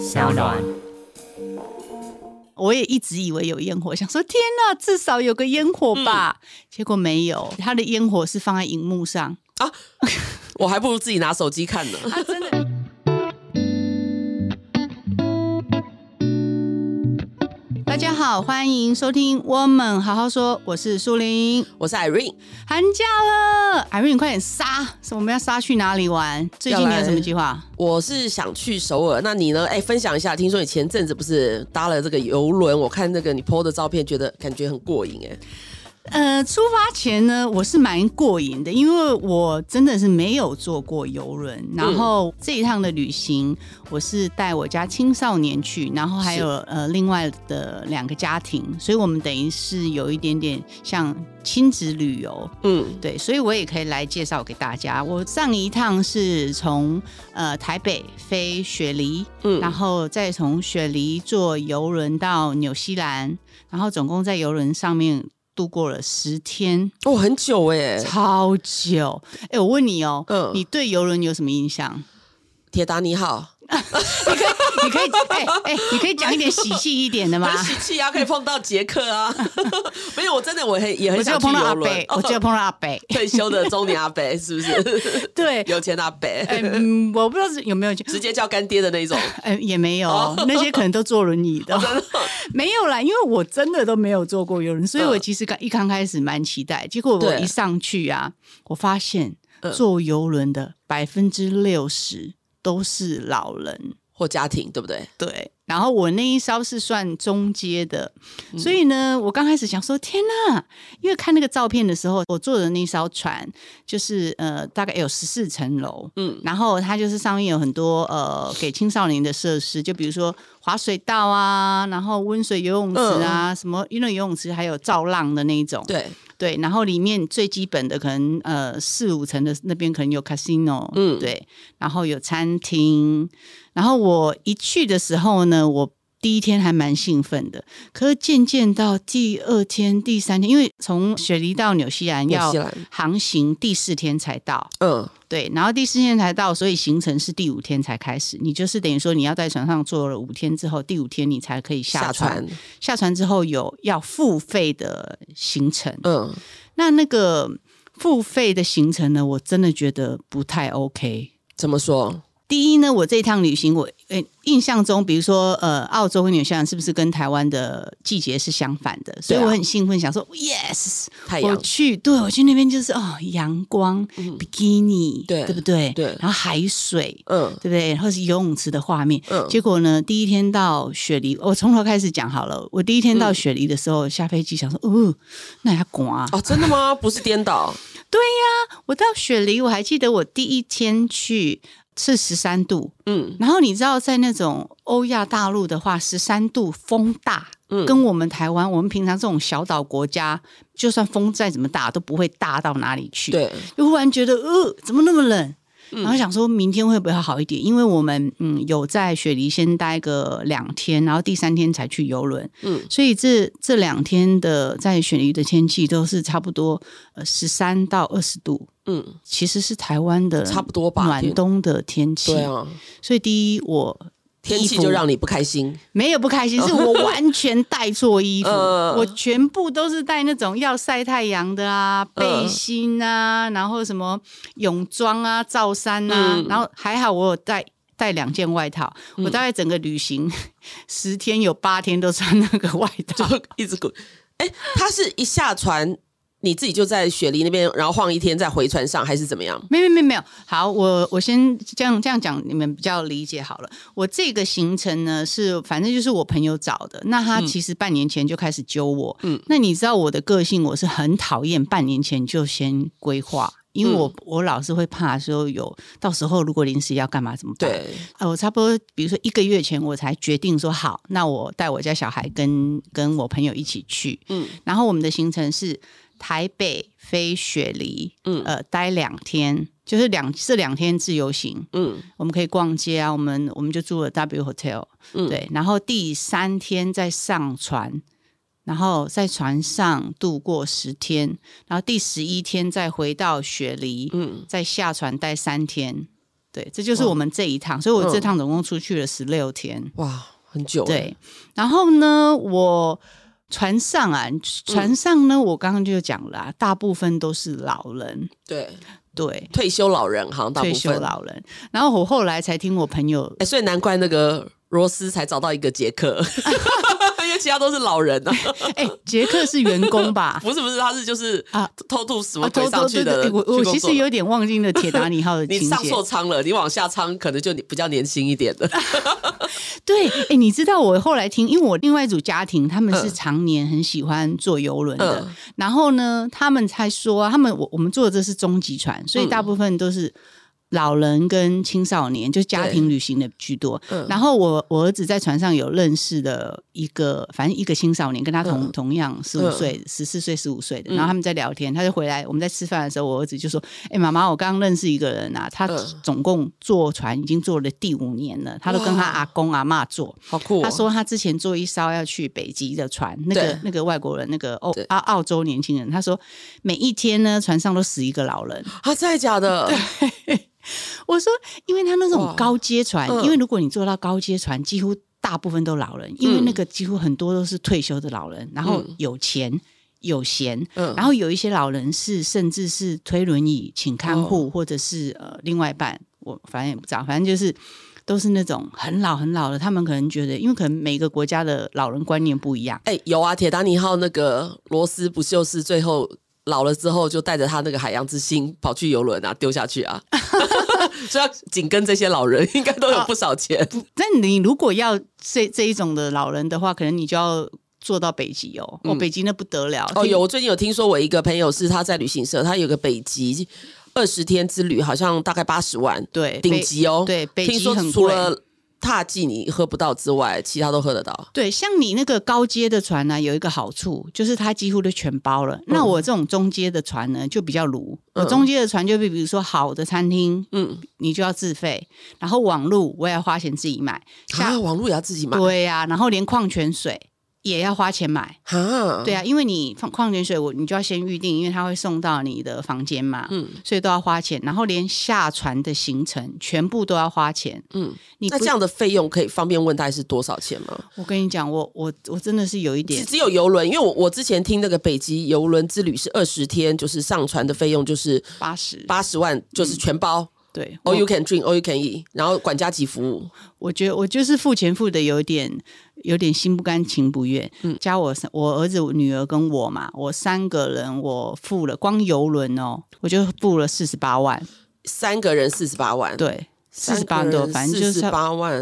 小暖。我也一直以为有烟火，想说天呐，至少有个烟火嗯吧。结果没有，它的烟火是放在荧幕上。啊 我还不如自己拿手机看呢。 啊，真的。大家好，欢迎收听《我们好好说》，我是苏玲。我是 Irene，寒假了，Irene，你快点杀！什么我们要杀去哪里玩？最近你有什么计划？我是想去首尔，那你呢？哎、分享一下，听说你前阵子不是搭了这个游轮？我看那个你 PO 的照片，觉得感觉很过瘾哎、呃，出发前呢，我是蛮过瘾的，因为我真的是没有坐过游轮。然后这一趟的旅行，我是带我家青少年去，然后还有呃另外的两个家庭，所以我们等于是有一点点像亲子旅游。嗯，对，所以我也可以来介绍给大家。我上一趟是从呃台北飞雪梨，嗯然后再从雪梨坐游轮到纽西兰，然后总共在游轮上面度过了十天，哦，很久哎、超久。哎、我问你哦，嗯你对游轮有什么印象？铁达尼号，你可以，你可以，哎、哎、你可以讲一点喜气一点的吗很？喜气啊，可以碰到杰克 啊。没有，我真的我很也我很只想有去碰到游阿轮哦北，。。我只有碰到阿北退休的中年阿伯是不 是？对，有钱阿伯，哎嗯，我不知道是有没有直接叫干爹的那种。呃，也没有，哦那些可能都坐轮椅的， 没有啦，因为我真的都没有坐过游轮，所以我嗯其实刚一刚开始蛮期待，结果我对一上去啊，我发现嗯坐游轮的百分之六十都是老人，或家庭，对不对？对，然后我那一艘是算中阶的，所以呢，我刚开始想说天呐，因为看那个照片的时候，我坐的那艘船就是呃，大概有十四层楼，嗯，然后它就是上面有很多呃给青少年的设施，就比如说滑水道啊，然后温水游泳池啊，什么运动游泳池，还有造浪的那一种。对，对，然后里面最基本的可能呃四五层的那边可能有 casino，嗯对，然后有餐厅。然后我一去的时候呢，我第一天还蛮兴奋的，可是渐渐到第二天、第三天，因为从雪梨到纽西兰纽要西兰航行第四天才到，嗯，对，然后第四天才到，所以行程是第五天才开始。你就是等于说你要在船上坐了五天之后，第五天你才可以下下船。船，下船之后有要付费的行程，嗯，那那个付费的行程呢，我真的觉得不太 OK。怎么说？第一呢，我这一趟旅行，我呃印象中，比如说呃，澳洲跟纽西兰是不是跟台湾的季节是相反的？所以对啊哎我很兴奋，想说 yes，太我阳，去，对我去那边就是哦，阳光、比基尼，嗯对对不对？对然后海水，嗯，对不对？然后是游泳池的画面。嗯结果呢，第一天到雪梨，我从头开始讲好了。我第一天到雪梨的时候，下飞机想说，哦，那要赶啊！哦，真的吗？不是颠倒，我到雪梨，我还记得我第一天去是十三度，嗯，然后你知道，在那种欧亚大陆的话，十三度风大，嗯跟我们台湾，我们平常这种小岛国家，就算风再怎么大，都不会大到哪里去。对，嗯就忽然觉得，呃，怎么那么冷？然后想说明天会不会好一点？因为我们嗯有在雪梨先待个两天，然后第三天才去游轮，嗯所以这这两天的在雪梨的天气都是差不多呃十三到二十度，嗯，其实是台湾的差不多吧暖冬的天气。对啊，所以第一我天气衣服就让你不开心，没有不开心，是我完全带错衣服，呃我全部都是带那种要晒太阳的啊，嗯背心啊，然后什么泳装啊、罩衫啊，嗯然后还好我有带带两件外套，我大概整个旅行 十天有八天都穿那个外就套， 一直滚。哎，他是一下船，你自己就在雪梨那边，然后晃一天再回船上，还是怎么样？没没没没有，好，我我先这样这样讲，你们比较理解好了。我这个行程呢是，反正就是我朋友找的。那他其实半年前就开始揪我，嗯，那你知道我的个性，我是很讨厌半年前就先规划，因为我、我老是会怕说有到时候如果临时要干嘛怎么办？对，呃，我差不多，比如说一个月前我才决定说好，那我带我家小孩跟跟我朋友一起去，嗯嗯，然后我们的行程是台北飞雪梨，嗯嗯，呃，待两天，就是两这两天自由行，嗯我们可以逛街啊，我们我们就住了 W Hotel，、嗯，，对，然后第三天再上船。然后在船上度过十天，然后第十一天再回到雪梨，嗯，哦再下船待三天，对，这就是我们这一趟，所以我嗯这趟总共出去了十六天。哇，很久。，对，然后呢，我船上啊，船上呢，我刚刚就讲了、啊，大部分都是老人，对，对，退休老人好像大部退休分。老人。然后我后来才听我朋友 哎、所以难怪那个罗斯才找到一个杰克， 因为其他都是老人啊。 哎、杰克是员 工吧？不是不是，他是就是啊偷渡什么啊，鬼偷上偷去对对，的。对我我去工其作实有点忘记了铁达尼号的你情上节。错舱了，你往下舱可能就你比较年轻一点的。 对，哎、你知道我后来听，因为我另外一组家庭他们是嗯常年很喜欢坐游轮的，嗯然后呢，他们才说啊、他们我我们坐的这是中级船，所以嗯大部分都是。老人跟青少年就家庭旅行的居多，嗯然后我我儿子在船上有认识的一个，反正一个青少年，跟他同、嗯同样十五嗯岁、十四岁、十五岁的，嗯然后他们在聊天，他就回来，我们在吃饭的时候，我儿子就说：“哎、妈妈，我刚刚认识一个人啊，他嗯总共坐船已经坐了第五年了，他都跟他哇阿公阿嬷坐， 好酷、哦！他说他之前坐一艘要去北极的船，那对个那个外国人，那个澳对澳澳洲年轻人，他说每一天呢船上都死一个老人。啊，真的假 的？我说，因为他那哇种高阶船，嗯因为如果你坐到高阶船，几乎大部分都老人，因为那个几乎很多都是退休的老人，然后嗯有钱。有闲，嗯然后有一些老人是甚至是推轮椅请看护，哦或者是呃另外一半，我反正也不知道，反正就是都是那种很老很老的，他们可能觉得，因为可能每个国家的老人观念不一样，哎、有啊，铁达尼号那个罗斯不就是最后老了之后就带着他那个海洋之心跑去游轮啊，丢下去 啊，所以要紧跟这些老人应该都有不少钱。那你如果要这这一种的老人的话，可能你就要坐到北极哦，哦，嗯北极那不得了哦，听有，我最近有听说，我一个朋友是他在旅行社，他有个北极二十天之旅，好像大概八十万，对顶北级哦。对北听极说很除贵。了踏迹你喝不到之外，其他都喝得到。对，像你那个高阶的船呢、有一个好处，就是它几乎都全包了。那我这种中阶的船呢，就比较鲁。嗯我中阶的船就比比如说好的餐厅，嗯，你就要自费，然后网路我也要花钱自己买。像、啊，网络也要自己买对呀、然后连矿泉水也要花钱买。啊？对啊，因为你矿矿泉水我你就要先预定，因为它会送到你的房间嘛，嗯所以都要花钱。然后连下船的行程全部都要花钱。嗯，你那不这样的费用可以方便问大概是多少钱吗？我跟你讲，我我我真的是有一只点只有游轮，因为我我之前听那个北极游轮之旅是二十天，就是上船的费用就是八十，八哦十万，就是嗯全包、对， a 我 l l you can drink, all you can eat，然后管家级服务。我觉得我就是付钱付的有点有点心不甘情不愿，嗯加我三我儿子、我女儿跟我嘛，我三个人我付了光游轮哦，我就付了四十八万，三个人四十八万，，对，四十八多，反正就四是十八万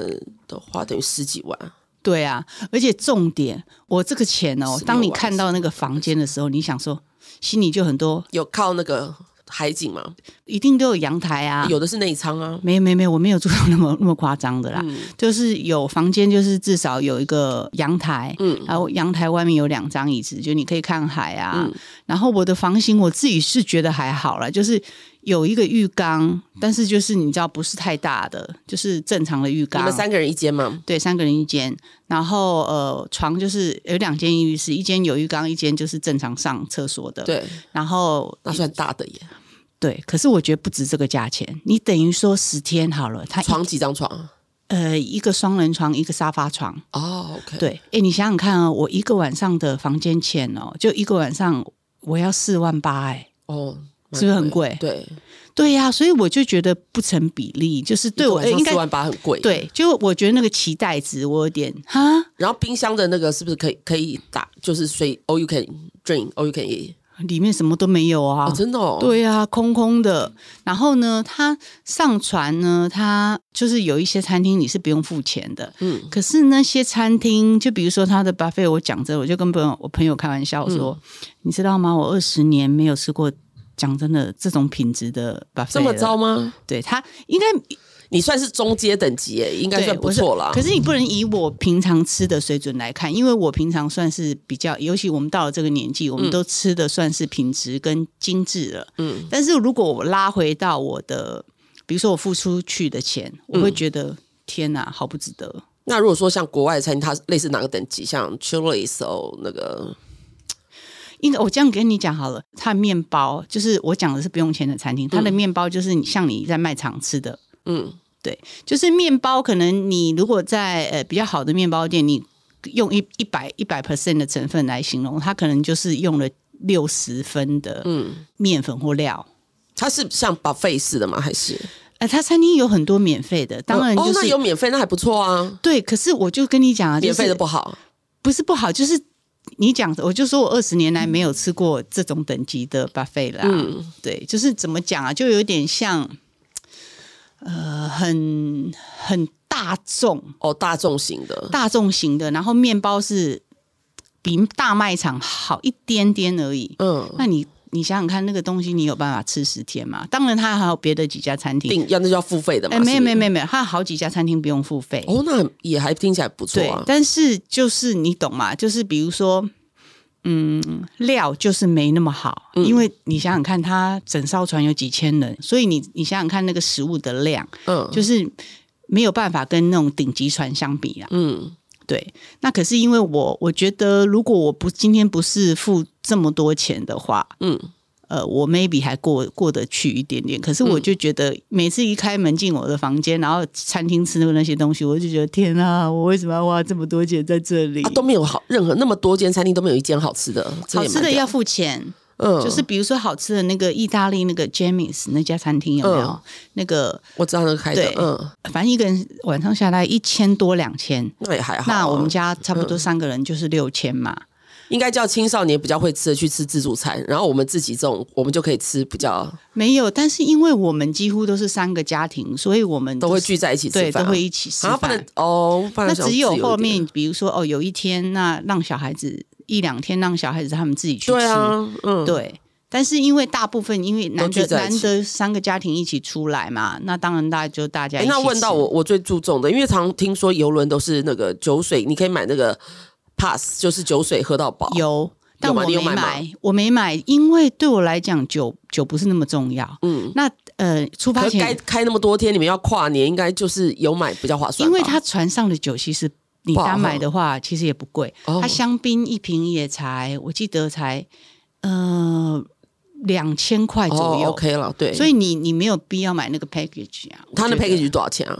的话等于十几万，对啊，而且重点，我这个钱16哦万，当你看到那个房间的时候，你想说心里就很多，有靠那个海景吗？一定都有阳台啊，有的是内舱啊，没有没有没有，我没有住到那么那么夸张嗯的啦，就是有房间，就是至少有一个阳台，嗯嗯，然后阳台外面有两张椅子，就你可以看海啊。嗯然后我的房型我自己是觉得还好啦，就是有一个浴缸，但是就是你知道不是太大的，就是正常的浴你缸。们三个人一间吗？对，三个人一间，然后呃，床就是有两间浴室，一间有浴缸，一间就是正常上厕所的。，对，然后那呃算大的耶，对，可是我觉得不值这个价钱。你等于说十天好了，它一床几张床？啊呃，一个双人床，一个沙发床。哦，OK，，对，哎，你想想看哦，我一个晚上的房间钱哦，就一个晚上我要四万八，哎，哦，蛮是不是很贵对，对呀、所以我就觉得不成比例，就是对一个我晚上应该四万八很贵，对，就我觉得那个期待值我有点哈，然后冰箱的那个是不是可以可以打，就是水 all you can drink, all you can eat？、里面什么都没有啊，哦，真的哦，，对啊，空空的。然后呢，他上船呢，他就是有一些餐厅你是不用付钱的，嗯嗯。可是那些餐厅，就比如说他的 buffet，我讲真的，我就跟朋友我朋友开玩笑我说，嗯你知道吗？我二十年没有吃过。讲真的，这种品质的 buffet 这么了糟吗？对他应该你算是中阶等级耶，应该对算不我是错啦。可是你不能以我平常吃的水准来看，因为我平常算是比较，尤其我们到了这个年纪，我们都吃的算是品质跟精致了。嗯嗯，但是如果我拉回到我的，比如说我付出去的钱，我会觉得、天哪，好不值得。那如果说像国外的餐厅，它类似哪个等级？像 Chili's 哦，那个应该我这样跟你讲好了，它的面包就是我讲的是不用钱的餐厅，它的面包就是你像你在卖场吃的，嗯，对，就是面包，可能你如果在呃比较好的面包店，你用一一百一百 percent 的成分来形容，它可能就是用了六十分的嗯面粉或料。它是像 buffet 似的吗？还是呃，它餐厅有很多免费的，当然哦就，那是、有免费，那还不错啊。对。可是我就跟你讲啊，就免费是的不好，不是不好，就是你讲的，我就说我二十年来没有吃过这种等级的 buffet 啦。嗯对，就是怎么讲啊，就有点像，呃，很很大众哦，大众型的，大众型的，然后面包是比大卖场好一点点而已。嗯，那你你想想看，那个东西你有办法吃十天吗？当然，它还有别的几家餐厅。定要那就要付费的嘛。哎，没有是不没是有没有没有，它有好几家餐厅不用付费。哦，那也还听起来不错对啊，。但是就是你懂吗？就是比如说，嗯，料就是没那么好，嗯因为你想想看，它整艘船有几千人，所以你你想想看那个食物的量，嗯就是没有办法跟那种顶级船相比啊啦。嗯，对，那可是因为我我觉得，如果我不今天不是付这么多钱的话，嗯。呃，我 maybe 还过过得去一点点，可是嗯我就觉得每次一开门进我的房间，然后餐厅吃的那些东西，我就觉得天啊，我为什么要花这么多钱在这里？啊都没有好任何那么多间餐厅都没有一间好吃的，这好也吃蛮的屌要付钱，嗯，就是比如说好吃的那个意大利那个 James 那家餐厅有没有？嗯那个我知道那个开的对，嗯，反正一个人晚上下来一千多两千，那也还好啊。嗯那我们家差不多三个人就是六千嘛。应该叫青少年比较会吃的去吃自助餐，然后我们自己这种我们就可以吃比较没有，但是因为我们几乎都是三个家庭，所以我们都会是聚在一起吃对饭都啊，会一起吃啊不饭。能哦，不然那想只有自由一后点面，比如说哦，有一天那让小孩子一两天，让小孩子他们自己去吃，对啊，嗯，对但是因为大部分因为难聚得在一难起得三个家庭一起出来嘛，那当然大家就大家一诶起、哎那问到我，，我最注重的，因为常听说游轮都是那个酒水，你可以买那个 pass，就是酒水喝到饱。有，但吗我你有没买吗买，我没买，因为对我来讲酒酒不是那么重要。嗯，那呃，出可发是该前，开那么多天，你们要跨年，应该就是有买比较划算因吧。为它船上的酒其实你不好单买喝的话，其实也不贵，哦它香槟一瓶也才，我记得才呃两千块左哦右。 ，OK 了，对。所以你你没有必要买那个 package 啊，它的我觉得 package 多少钱啊？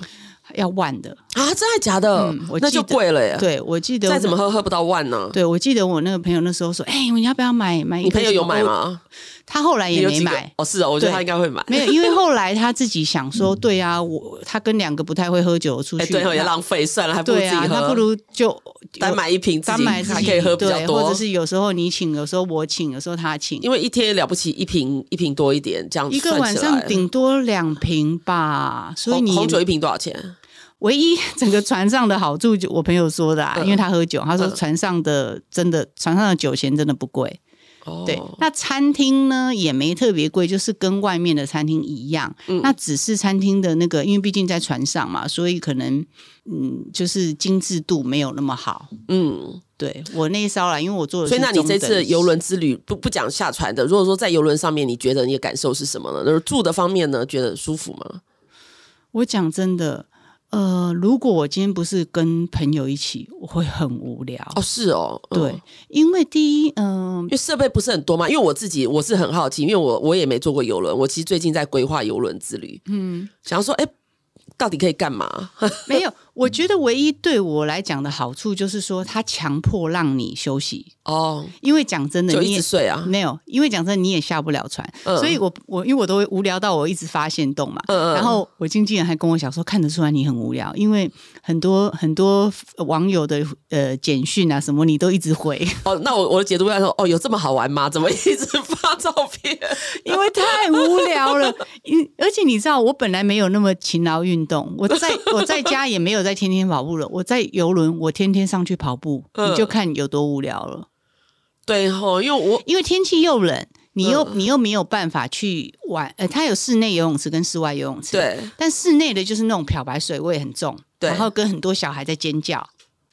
要万的。啊，真的假的？嗯我那就记得贵了耶。对，我记得呃再我怎么喝喝不到万呢、对，我记得我那个朋友那时候说，哎、你要不要买买？你朋友有买？吗？他后来你哎也有没几个买。哦，是哦，我觉得对他应该会买。没有，因为后来他自己想说，对啊，我他跟两个不太会喝酒的出哎，去，对哦，也那浪费，算了，还不如自对己啊，喝。那不如就单买一瓶，单买自己自还己可以喝比较对多，或者是有时候你请，有时候我请，有时候他请，因为一天了不起一瓶一瓶多一点，这样一个算晚起上来哦顶多两瓶吧，所以红你红酒一瓶多少钱？唯一 整个船上的好处，就我朋友说的、啊，嗯因为他喝酒，他说嗯船上的真的船上的酒钱真的不贵。哦，对，那餐厅呢也没特别贵，就是跟外面的餐厅一样。嗯那只是餐厅的那个，因为毕竟在船上嘛，所以可能嗯，就是精致度没有那么好。嗯，对我那一艘啦，因为我做的是所以那你中这等次的游轮之旅不不讲下船的，如果说在游轮上面，你觉得你的感受是什么呢？就是住的方面呢，觉得舒服吗？我讲真的，呃，如果我今天不是跟朋友一起，我会很无聊。哦，是哦，嗯对，因为第一，嗯、因为设备不是很多嘛，因为我自己我是很好奇，因为我我也没坐过游轮，我其实最近在规划游轮之旅，嗯，想要说，哎、到底可以干嘛？没有，我觉得唯一对我来讲的好处就是说，它强迫让你休息，哦，因为讲真的，就你一也嗯直睡啊，没有，因为讲真的，你也下不了船，嗯所以我我因为我都会无聊到我一直发现动嘛，嗯嗯然后我经纪人还跟我讲说，看得出来你很无聊，因为很多很多网友的呃简讯啊什么，你都一直回，哦，那我我的解读要说，哦，有这么好玩吗？怎么一直发照片？ 因为太无聊了。因而且你知道，我本来没有那么勤劳运动，我在 我在家也没有在天天跑步了，我在游轮我天天上去跑步，嗯你就看有多无聊了。对吼、因为我因为天气又冷，你又、嗯你又没有办法去玩，呃，它有室内游泳池跟室外游泳池，对但室内的就是那种漂白水味很重，对然后跟很多小孩在尖叫。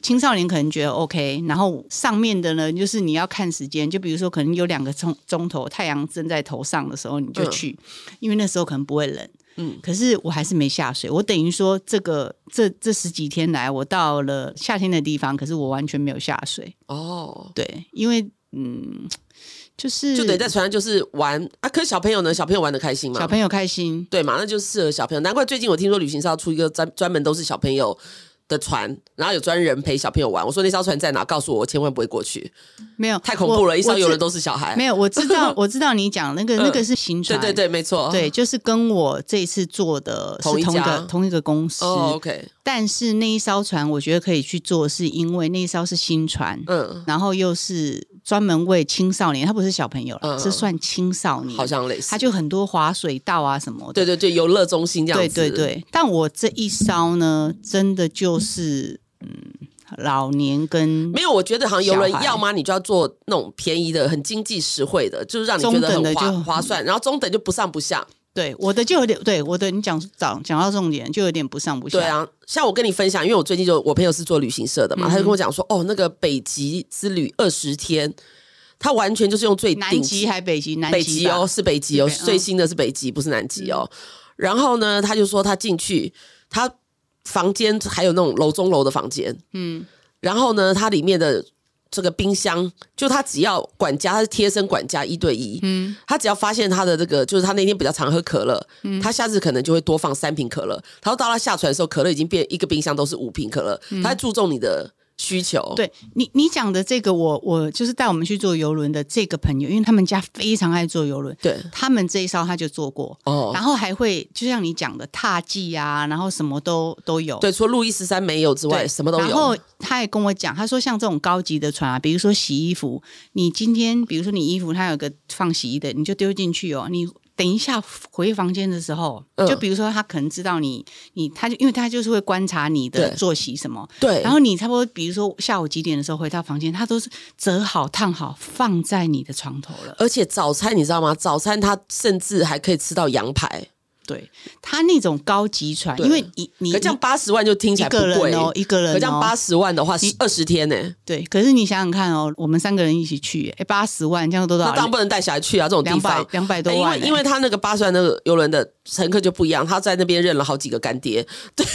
青少年可能觉得 OK，然后上面的呢，就是你要看时间，就比如说可能有两个钟钟头，太阳正在头上的时候你就去，因为那时候可能不会冷。嗯嗯，可是我还是没下水，我等于说这个这这十几天来，我到了夏天的地方，可是我完全没有下水。哦，对，因为嗯，就是就等于在船上就是玩啊。可是小朋友呢？小朋友玩的开心吗？小朋友开心，对嘛，那就适合小朋友。难怪最近我听说旅行社要出一个专专门都是小朋友的船，然后有专人陪小朋友玩。我说那艘船在哪？告诉我，我千万不会过去，没有太恐怖了，一艘游轮人都是小孩。没有。我 知道，我知道你讲那个那个是行嗯对船，对对，没错，对，就是跟我这一次做的是同一同家个同一个公司，哦，OK，但是那一艘船我觉得可以去做，是因为那一艘是新船，嗯，然后又是专门为青少年，他不是小朋友了，嗯是算青少年，好像类似，他就很多滑水道啊什么的。对对对，游乐中心这样对子，对对，但我这一艘呢，真的就是嗯，老年跟没有，我觉得好像游轮小，孩要么你就要做那种便宜的、很经济实惠的，就是让你觉中得等很的划就划算，然后中等就不上不下。对我的就有点对我的，你讲讲讲到重点，就有点不上不下。对，啊，像我跟你分享，因为我最近就我朋友是做旅行社嗯的嘛，他就跟我讲说，哦，那个北极之旅二十天，他完全就是用最南顶极级还北极，南北极极哦，吧，是北极哦，是北嗯最新的是北极，不是南极哦。然后呢，他就说他进去，他房间还有那种楼中楼的房间，嗯，然后呢，它里面的这个冰箱，就他只要管家，他是贴身管家一对一，嗯，他只要发现他的这个，就是他那天比较常喝可乐，嗯他下次可能就会多放三瓶可乐。他说到他下船的时候，可乐已经变一个冰箱都是五瓶可乐，他在注重你的需求，，嗯对你你讲的这个，我我就是带我们去坐游轮的这个朋友，因为他们家非常爱坐游轮，对他们这一艘他就做过，哦，然后还会就像你讲的踏迹啊，然后什么都都有。对，除了路易十三没有之对外，什么都然后有，他也跟我讲，他说像这种高级的船啊，比如说洗衣服，你今天比如说你衣服它有个放洗衣的，你就丢进去哦。你等一下回房间的时候，嗯就比如说他可能知道你你他就因为他就是会观察你的对作息什么，对，然后你差不多比如说下午几点的时候回到房间，他都是折好烫好放在你的床头了。而且早餐你知道吗？早餐他甚至还可以吃到羊排，对他那种高级船，对因为你你可这样八十万就听起一来不个贵人哦，一个人、哦、可这样八十万的话是二十天呢、对，可是你想想看哦，我们三个人一起去，哎，八十万这样多那少？当然不能带小孩去啊，这种地两方百。两百多因为万、哎欸因为他那个八十万那个游轮的乘客就不一样，他在那边认了好几个干爹，对，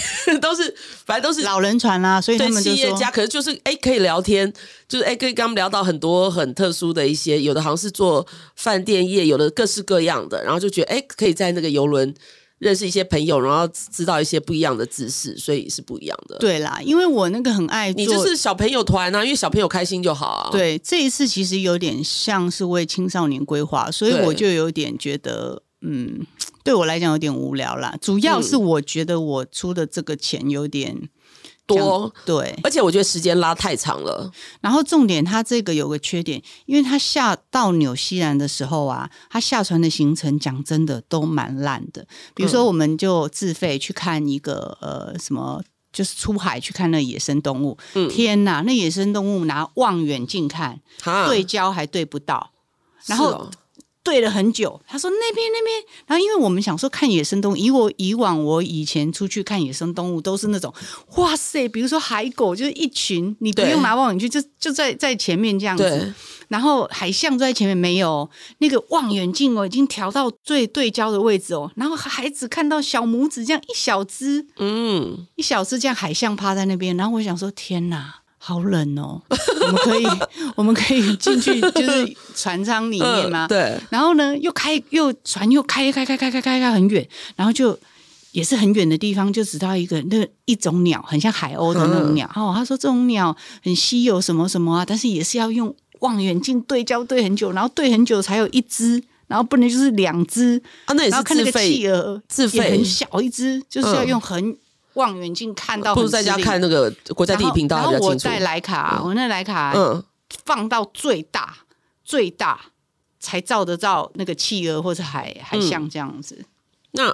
都是反正都是老人船啦、所以他对们就企业说家，可是就是哎可以聊天，就是哎可以跟他们聊到很多很特殊的一些，有的好像是做饭店业，有的各式各样的，然后就觉得哎可以在那个游轮认识一些朋友，然后知道一些不一样的知识，所以是不一样的。对啦，因为我那个很爱做，你就是小朋友团啊，因为小朋友开心就好啊。对这一次其实有点像是为青少年规划，所以对我就有点觉得，嗯，对我来讲有点无聊啦。主要嗯是我觉得我出的这个钱有点这样多，对，而且我觉得时间拉太长了，然后重点，它这个有个缺点，因为它下到纽西兰的时候啊，它下船的行程讲真的都蛮烂的。比嗯如说，我们就自费去看一个呃什么。就是出海去看那野生动物，嗯天哪！那野生动物拿望远镜看，哈，对焦还对不到，是哦，然后对了很久。他说那边那边，然后因为我们想说看野生动物，以我以往我以前出去看野生动物都是那种，哇塞，比如说海狗就是一群，你不对用拿望远镜，就就在在前面这样子，对，然后海象就在前面，没有那个望远镜哦，已经调到最对焦的位置哦，然后孩子看到小拇指这样一小只，嗯，一小只这样海象趴在那边，然后我想说，天哪，好冷哦！我们可以， 我们可以进去 就是船舱里面吗？嗯对，然后呢，又开又船又开开开开开开开很远，然后就也是很远的地方，就只到一个那一种鸟，很像海鸥的那嗯种鸟。哦，他说这种鸟很稀有，什么什么啊，但是也是要用望远镜对焦对很久，然后对很久才有一只，然后不能就是两只，啊，那也然后是看那自个企费，鹅自也费嗯很，小一只，就是要用很望远镜看到不很吃力，如在家看那个国家地理频道然还后比然后较我清楚。带徕卡，我那徕卡嗯，放到最大、最大才照得到那个企鹅或者海海象这样子，那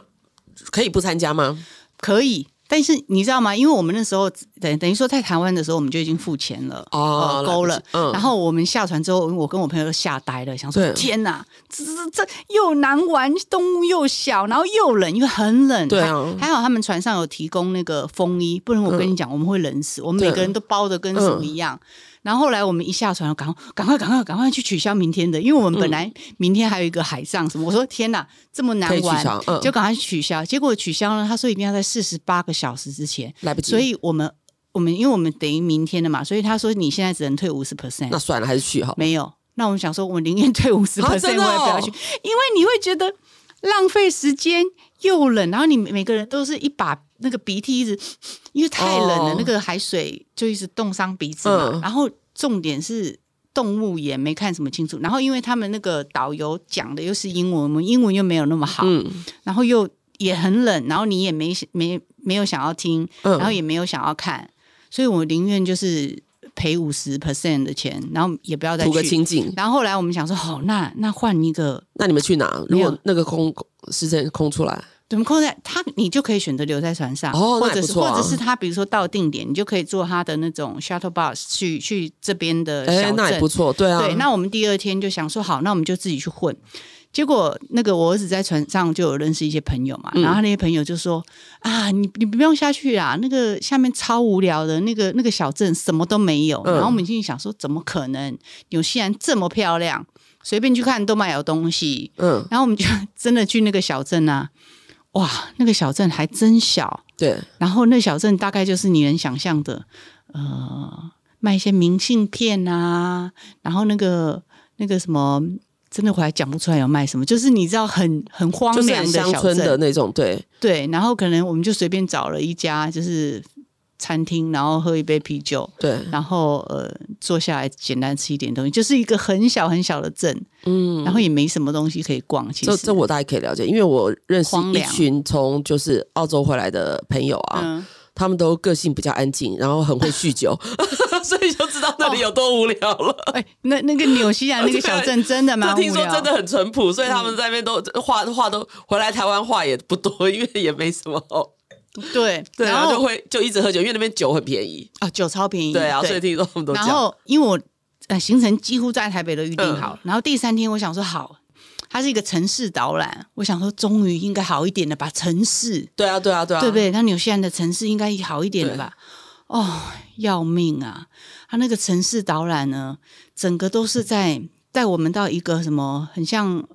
可以不参加吗？可以。但是你知道吗？因为我们那时候等等于说在台湾的时候，我们就已经付钱了，哦呃勾了。嗯然后我们下船之后，我跟我朋友都吓呆了，想说对天哪，这这这又难玩，动物又小，然后又冷，因为很冷。对啊还还好他们船上有提供那个风衣，不然我跟你讲，我们会冷死。我们每对嗯个人都包的跟什么一样。然后后来我们一下船，赶快赶快赶快赶快去取消明天的，因为我们本来明天还有一个海上什么。我说天哪，这么嗯可难以取玩消，嗯就赶快取消。结果取消呢，他说一定要在四十八个小时之前，来不及，所以我们我们因为我们等于明天的嘛，所以他说你现在只能退五十 percent，那算了，还是去好。没有，那我们想说，我宁愿退五十 p 啊 e 我真也的不哦要去，因为你会觉得浪费时间又冷，然后你每每个人都是一把那个鼻涕一直，因为太冷了，哦那个海水就一直冻伤鼻子嘛。嗯然后重点是。动物也没看什么清楚，然后因为他们那个导游讲的又是英文，我们英文又没有那么好，嗯然后又也很冷，然后你也没没没有想要听，嗯，然后也没有想要看，所以我宁愿就是赔五十 percent 的钱，然后也不要再图个去。清净。然后后来我们想说，好，那那换一个，那你们去哪？如没有果那个空时间空出来，怎么扣在他，你就可以选择留在船上，哦或那也者不是、错啊或者是他，比如说到定点，你就可以坐他的那种 shuttle bus 去去这边的哎呃小，那也镇不。错，对啊，对，那我们第二天就想说，好，那我们就自己去混。结果那个我儿子在船上就有认识一些朋友嘛，嗯然后他那些朋友就说啊，你你不用下去啦，那个下面超无聊的，那个那个小镇什么都没有。嗯然后我们心里想说，怎么可能？纽西兰这么漂亮，随便去看都买有东西。嗯，然后我们就真的去那个小镇啊，哇，那个小镇还真小，对，然后那小镇大概就是你能想象的，呃，卖一些明信片啊，然后那个那个什么，真的我还讲不出来有卖什么，就是你知道很很荒就是凉很的乡小村镇，的那种，对，对。然后可能我们就随便找了一家就是餐厅，然后喝一杯啤酒，对，然后呃坐下来简单吃一点东西，就是一个很小很小的镇，嗯，然后也没什么东西可以逛，其这实这我大概可以了解，因为我认识荒一凉群从就是澳洲回来的朋友啊，嗯他们都个性比较安静，然后很会酗酒， 所以就知道那里有多无聊了。哎、那那个纽西 兰那个小镇真的蛮就无听说聊，嗯真的很淳朴，所以他们在那边都话话都回来台湾话也不多，因为也没什么。对，对，然然后后就会就一直喝酒，因为那边酒很便宜。啊，酒超便宜，对啊，所以听说他们都这然样。后因为我呃行程几乎在台北都预嗯定好，然后第三天我想说好，它是一个城市导览，我想说终于应该好一点了吧，城市、对啊，对啊，对啊，对不对？那纽西兰的城市应该好一点了吧？啊哦，要命啊！它那个城市导览呢，整个都是在带我们到一个什么很像。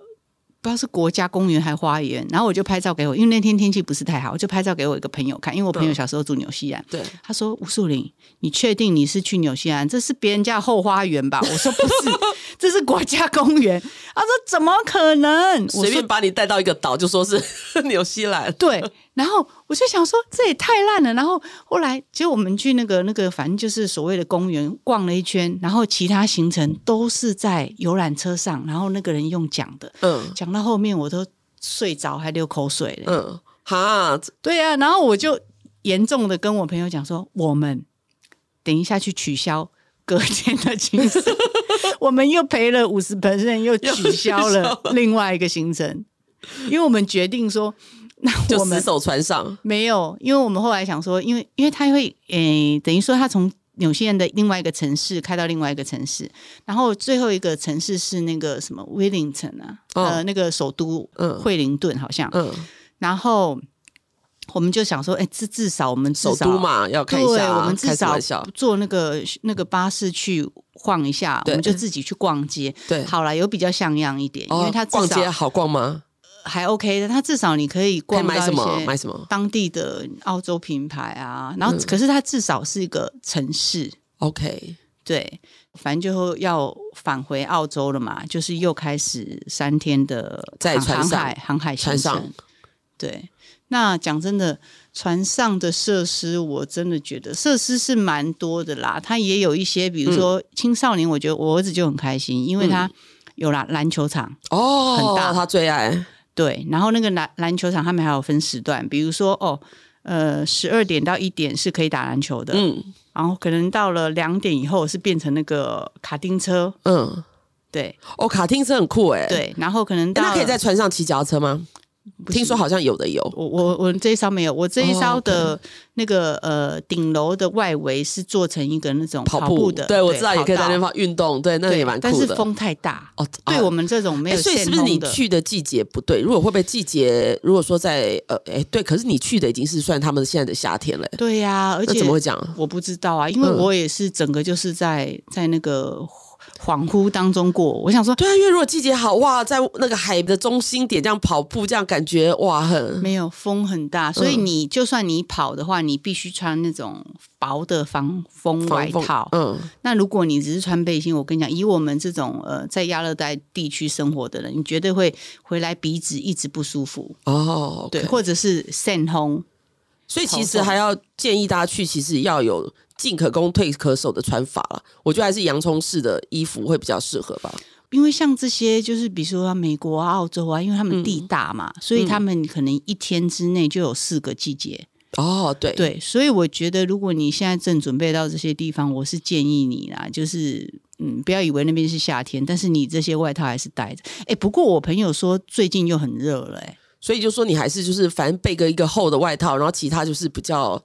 不知道是国家公园还花园，然后我就拍照给我，因为那天天气不是太好，我就拍照给我一个朋友看，因为我朋嗯友小时候住纽西兰，对？他说：“吴树林，你确定你是去纽西兰？这是别人家的后花园吧？”我说：“不是，这是国家公园。”他说：“怎么可能？”我随说便把你带到一个岛，就说是 纽西兰。：“对。”然后我就想说，这也太烂了。然后后来，结果我们去那个那个，反正就是所谓的公园逛了一圈，然后其他行程都是在游览车上，然后那个人用讲的，嗯讲到后面我都睡着，还流口水了。嗯，哈，这对呀、然后我就严重的跟我朋友讲说，我们等一下去取消隔天的行 程，我们又赔了五十 percent，又取消又取消了另外一个行程，因为我们决定说，那就我死们守船上。没有，因为我们后来想说，因为因为他会诶、等于说他从。纽西兰的另外一个城市开到另外一个城市，然后最后一个城市是那个什么威灵顿啊，哦呃，那个首都嗯惠灵顿好像，嗯，然后我们就想说，哎、至至少我们至首少都，嘛，要看一下、对，啊。我们至开什么少玩笑，坐那个那个巴士去晃一下，我对们就自己去逛街。对，好啦，有比较像样一点，哦因为它至逛街少好逛吗？还 OK 的，它至少你可可以以逛买到什一么？嗯些买什么当地的澳洲品牌啊。然后，可是它至少是一个城市， ？OK，对，反正就要返回澳洲了嘛，就是又开始三天的在航船航上海航海行船上程。对，那讲真的，船上的设施我真的觉得设施是蛮多的啦，它也有一些，嗯比如说青少年，我觉得我儿子就很开心，因为他有啦篮球场。哦，很大他最爱。对，然后那个篮篮球场他们还有分时段，比如说哦，呃，十二点到一点是可以打篮球的，嗯然后可能到了两点以后是变成那个卡丁车，嗯，对哦，卡丁车很酷哎、诶，对，然后可能到那可以了在船上骑脚踏车吗？不听行说好像有的有。我我我这一艘没有，我这一哦艘，OK 的那个、呃顶楼的外围是做成一个那种跑步的，对我知道也可以在那边跑道放运动，对，那对也蛮但酷是的。风太大，哦，啊对我们这种没诶有所以线是不是通你的，去的季节不对？如果会不会季节？如果说在呃，哎，对，可是你去的已经是算他们现在的夏天了、诶对呀、而那且怎么会讲？啊我不知道啊，因为嗯我也是整个就是在在那个。恍惚当中过。我想说，对啊，因为如果季节好哇，在那个海的中心点这样跑步，这样感觉哇很没有风很大，所以嗯你就算你跑的话，你必须穿那种薄的防风外防风套。嗯，那如果你只是穿背心，我跟你讲，以我们这种呃在亚热带地区生活的人，你绝对会回来鼻子一直不舒服，哦，对 OK 或者是散烘。所以其头实痛还要建议大家去，其实要有进可攻退可守的穿法了。我觉得还是洋葱式的衣服会比较适合吧。因为像这些，就是比如说啊美国啊、澳洲啊，因为他们地大嘛，嗯所以他们可能一天之内就有四个季节。哦，对，对，所以我觉得，如果你现在正准备到这些地方，我是建议你啦，就是嗯，不要以为那边是夏天，但是你这些外套还是带着。哎，不过我朋友说最近又很热了、哎诶所以就说你还是就是反正备个一个厚的外套，然后其他就是比较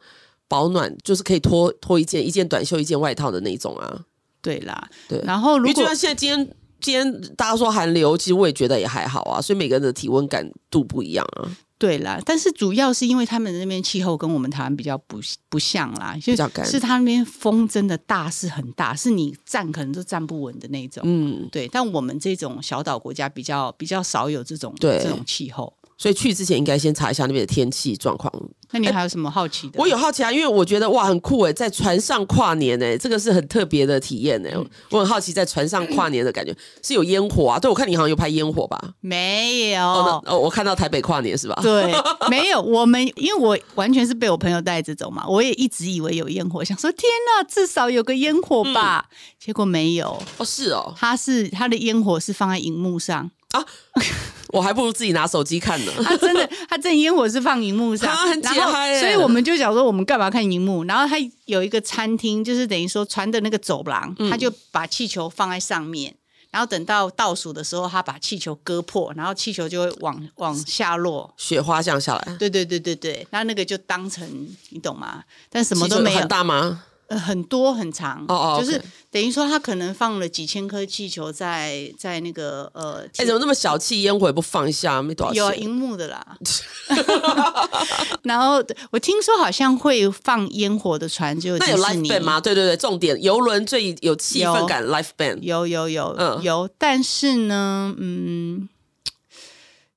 保暖，就是可以脱脱一件一件短袖一件外套的那种啊。对啦，对然后因如为就果像现在今天。今天大家说寒流，其实我也觉得也还好啊，所以每个人的体温感度不一样啊，对啦，但是主要是因为他们那边气候跟我们台湾比较不不像啦，就比较干是他那边风真的大是很大，是你站可能都站不稳的那种。嗯，对，但我们这种小岛国家比较比较少有这种对这种气候。所以去之前应该先查一下那边的天气状况。那你还有什么好奇的？哎我有好奇啊，因为我觉得哇很酷哎，在船上跨年哎，这个是很特别的体验哎，嗯我很好奇在船上跨年的感觉是有烟火啊，对我看你好像有拍烟火吧？没有？哦那哦，我看到台北跨年是吧？对，没有我们，因为我完全是被我朋友带着走嘛，我也一直以为有烟火，想说天哪，至少有个烟火吧，嗯结果没有。哦是哦，它是它的烟火是放在荧幕上，我还不如自己拿手机看呢。它真的 它这烟火是放荧幕上，啊很解然后嗨耶所以我们就想说我们干嘛看荧幕？然后它有一个餐厅，就是等于说船的那个走廊，嗯他就把气球放在上面。然后等到倒数的时候，他把气球割破，然后气球就会往往下落，雪花降下来，对对对对对，那那个就当成你懂吗？但什么气都球没有很，大吗？呃、很多很长，哦哦就是 OK 等于说他可能放了几千颗气球在在那个呃，哎，怎么那么小气？烟火也不放一下，没多有少啊钱。荧幕的啦。 然后我听说好像会放烟火的船就那有迪 l i 士 f 尼 e band 吗？对对对，重点游轮最有气氛感 l i f e band。有有有、嗯有，但是呢，嗯。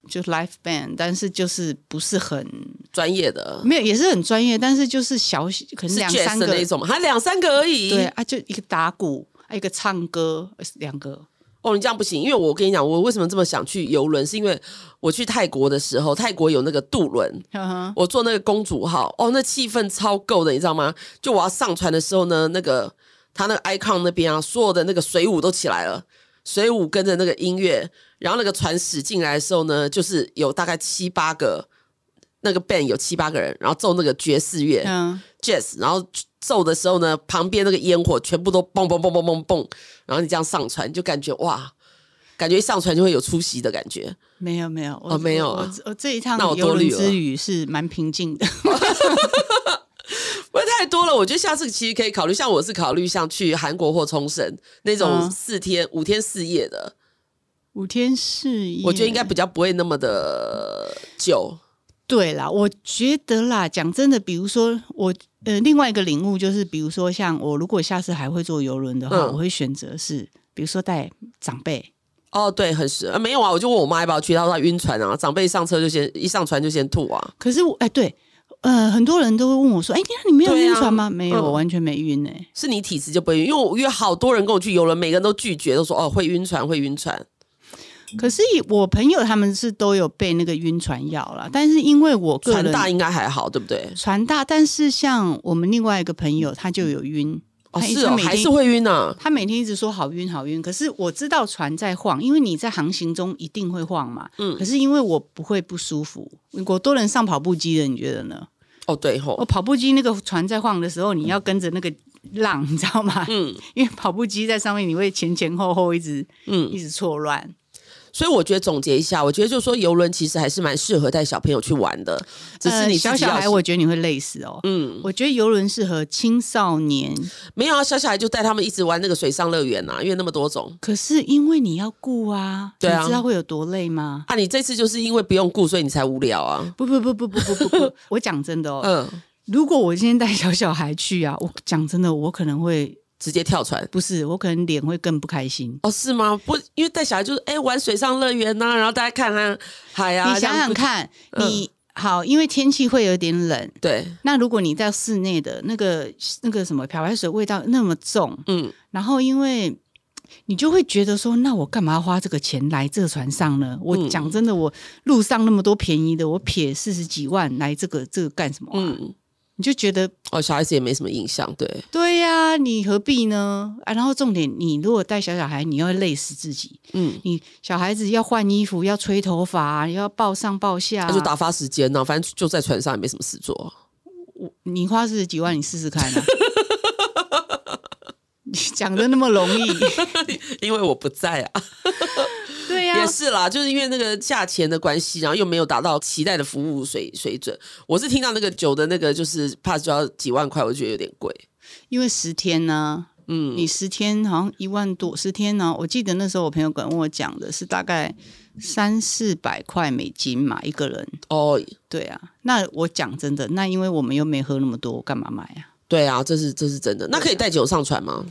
就 l i f e band，但是就是不是很专业的，没有，也是很专业，但是就是小，可能是两 jazz 三个的那一种吗？还两三个而已。对啊，就一个打鼓，啊一个唱歌，呃两个。哦，你这样不行，因为我跟你讲，我为什么这么想去游轮，是因为我去泰国的时候，泰国有那个渡轮，嗯我坐那个公主号，哦，那气氛超够的，你知道吗？就我要上船的时候呢，那个他那个 icon 那边啊，所有的那个水舞都起来了，水舞跟着那个音乐，然后那个船驶进来的时候呢，就是有大概七八个那个 band 有七八个人，然后奏那个爵士乐，嗯， jazz，然后奏的时候呢，旁边那个烟火全部都蹦蹦蹦蹦蹦蹦，然后你这样上船就感觉哇，感觉一上船就会有出席的感觉。没有没有，我哦没有我啊我我这一趟那我游多虑轮了之旅是蛮平静的。不会太多了，我觉得下次其实可以考虑，像我是考虑像去韩国或冲绳那种嗯四天、五天四夜的，五天四夜，我觉得应该比较不会那么的久。对啦。我觉得啦，讲真的，比如说我呃，另外一个领悟就是，比如说像我如果下次还会坐游轮的话，嗯我会选择是，比如说带长辈。哦，对，很实、啊，没有啊，我就问我妈要不要去，她说她晕船啊，长辈一上车就先一上船就先吐啊。可是我哎、对，呃，很多人都会问我说，哎、那你没有对啊晕船吗？没有，嗯我完全没晕哎、是你体质就不会晕，因为我约好多人跟我去游轮，每个人都拒绝，都说哦会晕船，会晕船。可是我朋友他们是都有备那个晕船药啦，但是因为我个人船大应该还好，对不对？船大，但是像我们另外一个朋友他就有晕，哦，他一直是哦，每天还是会晕啊。他每天一直说好晕好晕。可是我知道船在晃，因为你在航行中一定会晃嘛。可是因为我不会不舒服，我多人上跑步机的，你觉得呢？哦，对我吼，跑步机那个船在晃的时候，你要跟着那个浪，你知道吗？嗯，因为跑步机在上面，你会前前后后一直嗯一直错乱。所以我觉得总结一下，我觉得就是说游轮其实还是蛮适合带小朋友去玩的，只是呃你自己小要小孩，我觉得你会累死哦。嗯，我觉得游轮适合青少年，没有啊，小小孩就带他们一直玩那个水上乐园啊，因为那么多种可是因为你要顾啊，对啊你知道会有多累吗？啊。你这次就是因为不用顾，所以你才无聊啊。不不不不不不不不，我讲真的哦，嗯， 如果我今天带小小孩去啊，我讲真的，我可能会直接跳船。不是，我可能脸会更不开心。哦，是吗？不，因为带小孩就是哎、玩水上乐园啊呐、然后大家看看海啊，你这想样想不，看，嗯你好，因为天气会有点冷，对，那如果你在室内的那个那个什么漂白水味道那么重，嗯，然后因为你就会觉得说，那我干嘛花这个钱来这个船上嗯呢？我讲真的，我路上那么多便宜的，我撇四十几万来这个这个干什么啊、嗯，你就觉得哦，小孩子也没什么印象，对，对呀、你何必呢？啊，然后重点，你如果带小小孩，你要累死自己。嗯，你小孩子要换衣服，要吹头发，要抱上抱下，那就打发时间呢、反正就在船上也没什么事做。 我你花四十几万，你试试看啊！你讲的那么容易，因为我不在啊，对啊呀、也是啦，就是因为那个价钱的关系，然后又没有达到期待的服务水水准。我是听到那个酒的那个，就是怕就要几万块，我觉得有点贵。因为十天呢、嗯你十天好像一万多，十天呢、我记得那时候我朋友跟我讲的是大概三四百块美金嘛，一个人。哦，对啊，那我讲真的，那因为我们又没喝那么多，我干嘛买啊？对啊，这是这是真的。那可以带酒上船吗？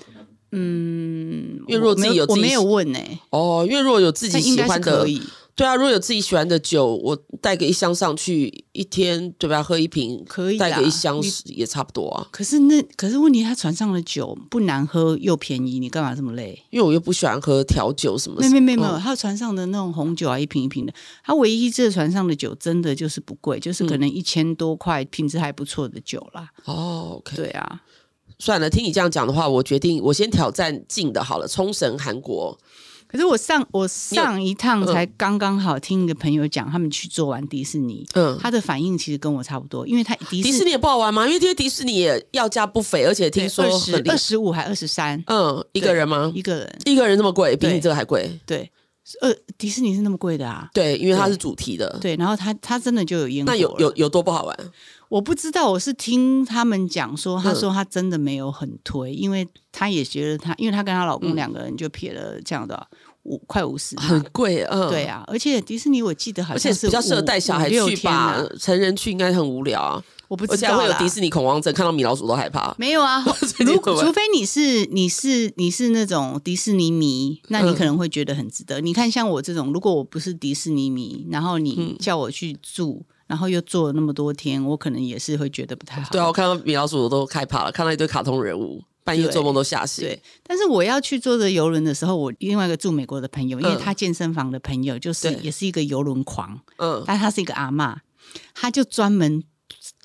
嗯，因为如果我自没己有有，自我己没有问哎、哦，因为如果有自己但应喜该欢是的可，以。对啊，如果有自己喜欢的酒，我带个一箱上去，一天对吧？喝一瓶可以啊带个一箱你也差不多啊。可是那可是问题，他船上的酒不难喝又便宜，你干嘛这么累？因为我又不喜欢喝调酒什么没什么。没没没嗯有，他船上的那种红酒啊，一瓶一瓶的。他唯一这船上的酒真的就是不贵，就是嗯可能一千多块，品质还不错的酒啦。哦，OK。对啊，算了，听你这样讲的话，我决定我先挑战近的好了，冲绳、韩国。可是我上我上一趟才刚刚好听一个朋友讲，他们去做完迪士尼，嗯，他的反应其实跟我差不多，因为他迪迪士尼尼也不好玩吗？因为这些迪士尼也要价不菲，而且听说二很十厉二十五还二十三嗯，一个人吗？一个人，一个人那么贵，比对你这个还贵。对，呃，迪士尼是那么贵的啊。对，因为它对是主题的。对，然后他他真的就有烟那火了，有有有多不好玩？我不知道，我是听他们讲说，嗯他说他真的没有很推，因为他也觉得他，因为他跟她老公两个人就撇了这样的五快五十嘛，嗯很贵，嗯，啊对。啊，而且迪士尼我记得好而且像是比较适合五带小五孩六去天吧啊，成人去应该很无聊啊，我不而知且还道会有啦迪士尼恐慌症，看到米老鼠都害怕。没有 啊？近 如会玩除非你是你是你是那种迪士尼迷，那你嗯可能会觉得很值得。你看像我这种，如果我不是迪士尼迷，然后嗯你叫我去住，然后又做了那么多天，我可能也是会觉得不太好。对啊，我看到米老鼠我都害怕了，看到一堆卡通人物，半夜对做梦都吓醒。对，但是我要去坐着游轮的时候，我另外一个住美国的朋友，因为嗯他健身房的朋友就是对也是一个游轮狂，嗯，但他是一个阿嬷，他就专门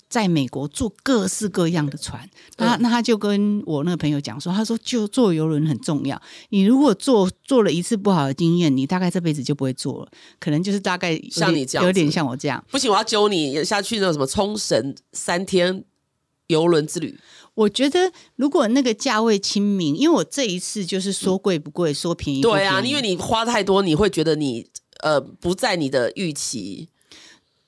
在美国坐各式各样的船。那、嗯那他就跟我那个朋友讲说，他说就坐游轮很重要，你如果坐坐了一次不好的经验，你大概这辈子就不会坐了，可能就是大概有像点你这样有点子像我这样。不行，我要揪你下去那种什么冲绳三天游轮之旅。我觉得如果那个价位亲民，因为我这一次就是说贵不贵，说便宜嗯不对啊，便宜因为你花太多，你会觉得你呃不在你的预期。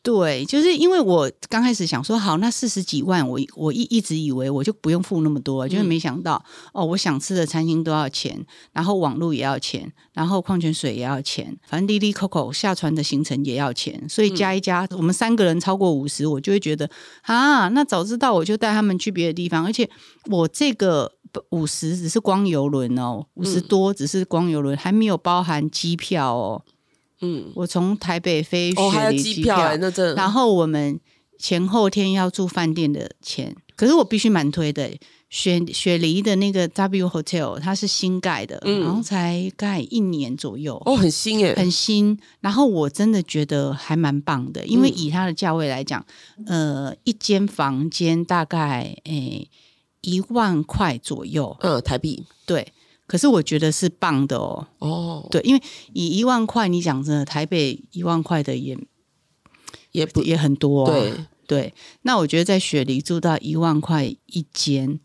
对，就是因为我刚开始想说，好，那四十几万，我我一一直以为我就不用付那么多，就是嗯没想到、哦，我想吃的餐厅都要钱，然后网络也要钱，然后矿泉水也要钱，反正滴滴 Coco 下船的行程也要钱，所以嗯加一加，我们三个人超过五十，我就会觉得啊，那早知道我就带他们去别的地方，而且我这个。五十只是光游轮哦，五十多只是光游轮，还没有包含机票哦。嗯，我从台北飞哦，还雪有梨机票、欸，那真的然后我们前后天要住饭店的钱，可是我必须蛮推的。雪雪梨的那个 W Hotel，它是新盖的，嗯然后才盖一年左右，哦很新哎、很新。然后我真的觉得还蛮棒嗯的，因为以它的价位来讲，呃，一间房间大概诶一万块左右，嗯，台币对。可是我觉得是棒的哦，哦，对，因为以一万块，你讲真的，台北一万块的也也不也很多、啊，对，对，那我觉得在雪梨住到一万块一间，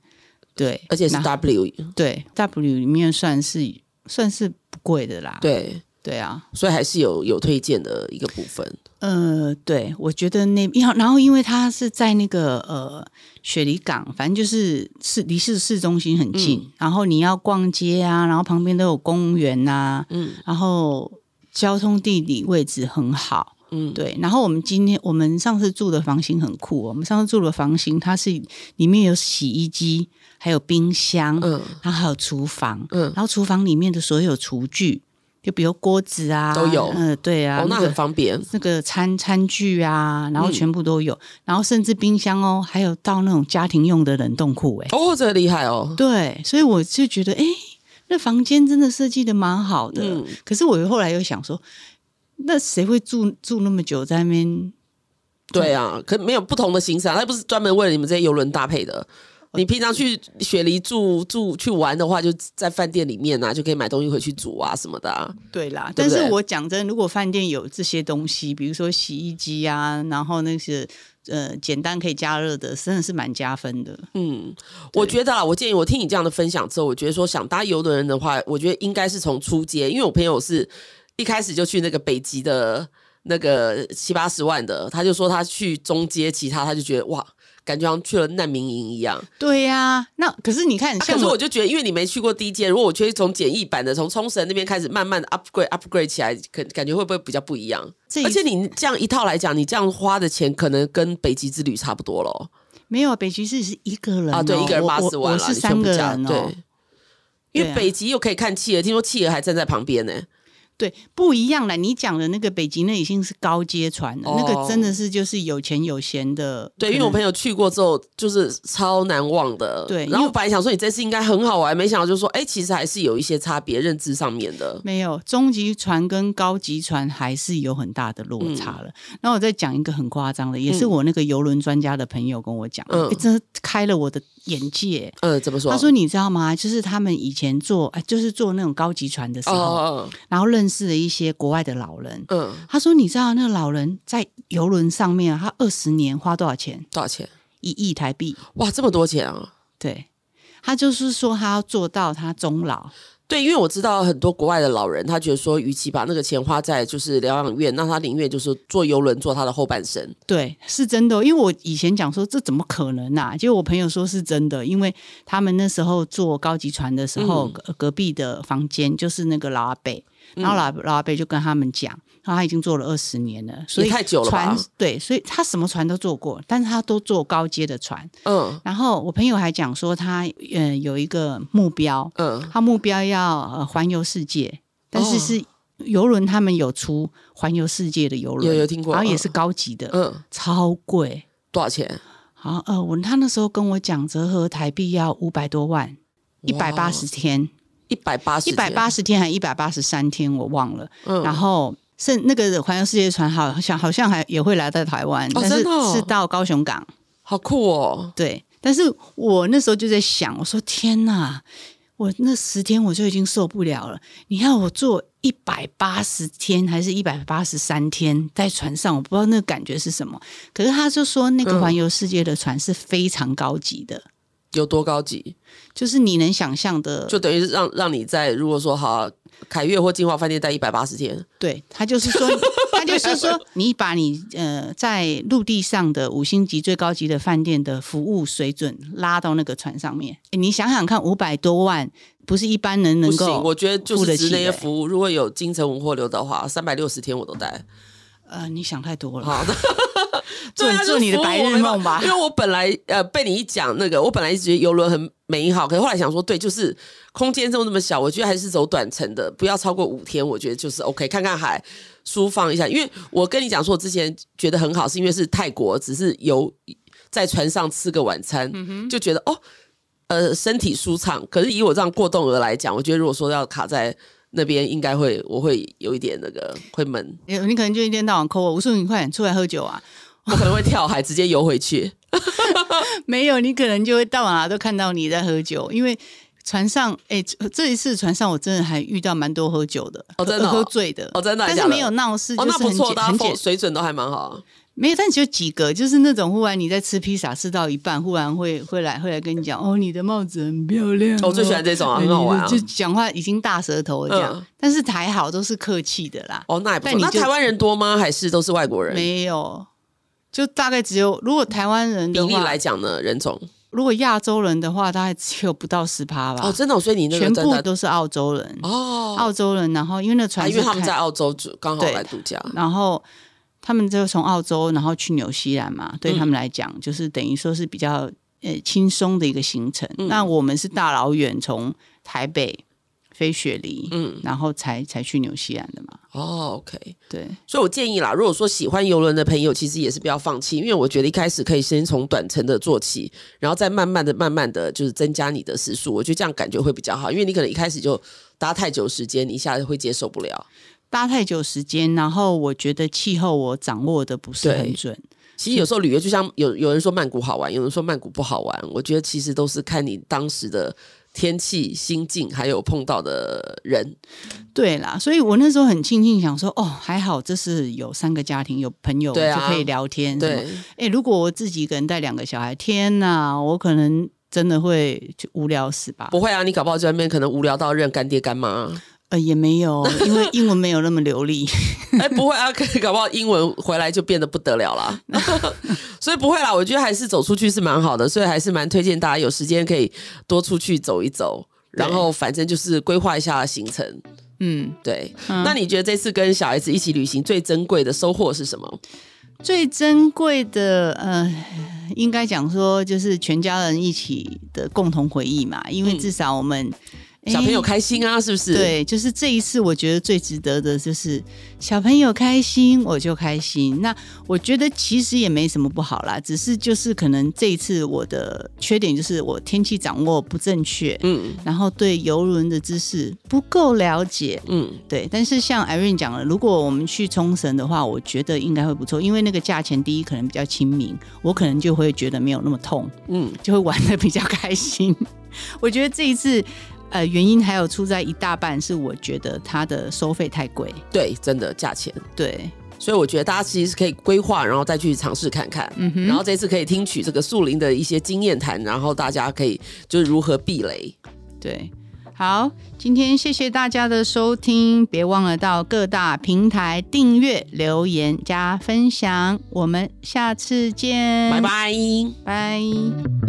对，而且是然后 W 对 W 里面算是算是不贵的啦。对，对啊，所以还是有有推荐的一个部分。呃，对，我觉得那要然后因为它是在那个呃雪梨港，反正就是市离市市中心很近，然后你要逛街啊，然后旁边都有公园呐、啊嗯然后交通地理位置很好，嗯，对。然后我们今天我们上次住的房型很酷、哦，我们上次住的房型它是里面有洗衣机，还有冰箱，嗯然后还有厨房，嗯然后厨房里面的所有厨具，就比如锅子啊，都有嗯、对啊，哦，那个很方便。嗯那个餐餐具啊，然后全部都有，然后甚至冰箱哦，还有到那种家庭用的冷冻库哎、哦，这个厉害哦。对，所以我就觉得哎，那房间真的设计的蛮好的。嗯可是我后来又想说，那谁会住住那么久在那边？对啊，可没有不同的行程啊，它不是专门为了你们这些游轮搭配的。你平常去雪梨住住去玩的话，就在饭店里面啊，就可以买东西回去煮啊什么的啊。对啦，对但不对是我讲真，如果饭店有这些东西，比如说洗衣机啊，然后那些呃简单可以加热的，真的是蛮加分的。嗯，我觉得啊，我建议我听你这样的分享之后，我觉得说想搭游轮的话，我觉得应该是从出街，因为我朋友是一开始就去那个北极的那个七八十万的，他就说他去中阶，其他他就觉得哇，感觉好像去了难民营一样。对呀、那可是你看，啊、可像是我我就觉得，因为你没去过低阶，如果我去从简易版的，从冲绳那边开始慢慢的 upgrade upgrade 起来，可感觉会不会比较不一样？这一而且你这样一套来讲，你这样花的钱可能跟北极之旅差不多咯。没有北极是是一个人、哦、啊，对，一个人我八我十万我啦是你三全部个加人哦。对。因对为啊北极又可以看企鹅，听说企鹅还站在旁边呢、对，不一样了。你讲的那个北极那已经是高阶船了，哦那个真的是就是有钱有闲的。对，因为我朋友去过之后，就是超难忘的。对因然后为我本来想说你这次应该很好玩，没想到就说，哎、其实还是有一些差别，认知上面的。没有中级船跟高级船还是有很大的落差了。嗯然后我再讲一个很夸张的，也是我那个游轮专家的朋友跟我讲，嗯诶真的开了我的眼界。嗯，怎么说？他说：“你知道吗？就是他们以前坐，哎，就是坐那种高级船的时哦，候，哦，然后认识了一些国外的老人。哦嗯，他说：‘你知道那个老人在游轮上面啊，他二十年花多少钱？多少钱？一亿台币。’哇，这么多钱啊！对，他就是说他要做到他终老，对，因为我知道很多国外的老人，他觉得说，与其把那个钱花在就是疗养院，那他宁愿就是坐游轮坐他的后半生。对，是真的哦。因为我以前讲说这怎么可能啊？结果我朋友说是真的，因为他们那时候坐高级船的时嗯候，隔呃隔壁的房间就是那个老阿伯，嗯然后老、老阿伯就跟他们讲，然后他已经做了二十年了，所以太久了吧船对，所以他什么船都坐过，但是他都坐高阶的船。嗯然后我朋友还讲说他，呃，有一个目标，嗯，他目标要呃环游世界，但哦是是游轮他们有出环游世界的游轮，有有听过然后也嗯是高级的，嗯，超贵。多少钱？好，呃，我他那时候跟我讲，折合台币要五百多万，一百八十天，一百八十，一百八十天还一百八十三天，我忘了。嗯然后甚那个环游世界船好像好像还也会来到台湾，但真是的哦是到高雄港。好酷哦！对，但是我那时候就在想，我说天哪，我那十天我就已经受不了了。你要我做一百八十天还是一百八十三天在船上，我不知道那个感觉是什么。可是他就说，那嗯个环游世界的船是非常高级的，有多高级？就是你能想象的，就等于是让让你在如果说好啊凯悦或金华饭店待一百八十天，对他就是 说，他就是说，你把你呃在陆地上的五星级最高级的饭店的服务水准拉到那个船上面，诶你想想看，五百多万不是一般人不能行，够。我觉得就付是得值那起些的服务。如果有金城文或刘德华，三百六十天我都待。呃，你想太多了。好 的，做对啊，做你的就是服务白我日没办梦吧因为我本来呃被你一讲那个，我本来一直觉得游轮很美好，可是后来想说，对，就是空间这么那么小，我觉得还是走短程的，不要超过五天，我觉得就是 OK，看看海，舒放一下。因为我跟你讲说，我之前觉得很好，是因为是泰国，只是游在船上吃个晚餐，嗯就觉得哦，呃，身体舒畅。可是以我这样过动儿来讲，我觉得如果说要卡在那边，应该会我会有一点那个会闷，你你可能就一天到晚扣我，我说你快点出来喝酒啊！ 我可能会跳海直接游回去。没有，你可能就会到哪都看到你在喝酒，因为船上，哎、这一次船上我真的还遇到蛮多喝酒的，哦真的哦喝喝醉的，哦真的还但假是的没有闹事，哦，就那是不很错，简、大家很风简，水准都还蛮好。没有，但只有几个，就是那种忽然你在吃披萨吃到一半，忽然会会来会来跟你讲，哦，你的帽子很漂亮哦、我最喜欢这种啊，很好玩啊哎。 你就讲话已经大舌头了这样，嗯但是还好都是客气的啦。哦，那也不错。但你那就台湾人多吗？还是都是外国人？没有，就大概只有如果台湾人比的例话，来讲呢，人种如果亚洲人的话，大概只有不到十趴吧。哦，真的哦，所以你那个啊全真部的都是澳洲人，哦，澳洲人。然后因为那啊船因是为开、他们在澳洲就刚好嗯对来度假，然后他们就从澳洲，然后去纽西兰嘛，对他们来讲，就是等于说是比较呃轻松的一个行程。嗯那我们是大老远从台北飞雪梨，嗯，然后才才去纽西兰的嘛，哦，OK。对，所以，我建议啦，如果说喜欢游轮的朋友，其实也是不要放弃，因为我觉得一开始可以先从短程的做起，然后再慢慢的、慢慢的，就是增加你的时速。我觉得这样感觉会比较好，因为你可能一开始就搭太久时间，你一下子会接受不了。搭太久时间，然后我觉得气候我掌握的不是很对准，其实有时候旅游就像有有人说曼谷好玩，有人说曼谷不好玩，我觉得其实都是看你当时的天气、心境，还有碰到的人。对啦，所以我那时候很庆幸，想说哦，还好这是有三个家庭，有朋友对就啊可以聊天。对，，哎，如果我自己一个人带两个小孩，天哪，我可能真的会就无聊死吧？不会啊，你搞不好在那边可能无聊到认干爹干妈 啊。呃，也没有，因为英文没有那么流利。哎、不会啊，可搞不好英文回来就变得不得了 啦。所以不会啦，我觉得还是走出去是蛮好的，所以还是蛮推荐大家有时间可以多出去走一走，对然后反正就是规划一下行程。嗯，对，嗯那你觉得这次跟小孩子一起旅行最珍贵的收获是什么？最珍贵的呃，应该讲说就是全家人一起的共同回忆嘛，因为至少我们、诶嗯小朋友开心啊，是不是？，哎对，就是这一次，我觉得最值得的就是小朋友开心，我就开心。那我觉得其实也没什么不好啦，只是就是可能这一次我的缺点就是我天气掌握不正确，嗯然后对游轮的知识不够了解。嗯，对，但是像 Irene 讲了，如果我们去冲绳的话，我觉得应该会不错，因为那个价钱第一可能比较亲民，我可能就会觉得没有那么痛，嗯，就会玩的比较开心。 我觉得这一次，呃，原因还有出在一大半是我觉得它的收费太贵，对，真的价钱。对，所以我觉得大家其实是可以规划，然后再去尝试看看。嗯哼然后这次可以听取这个树林的一些经验谈，然后大家可以就是如何避雷。对。好，今天谢谢大家的收听，别忘了到各大平台订阅、留言、加分享，我们下次见，拜拜。拜。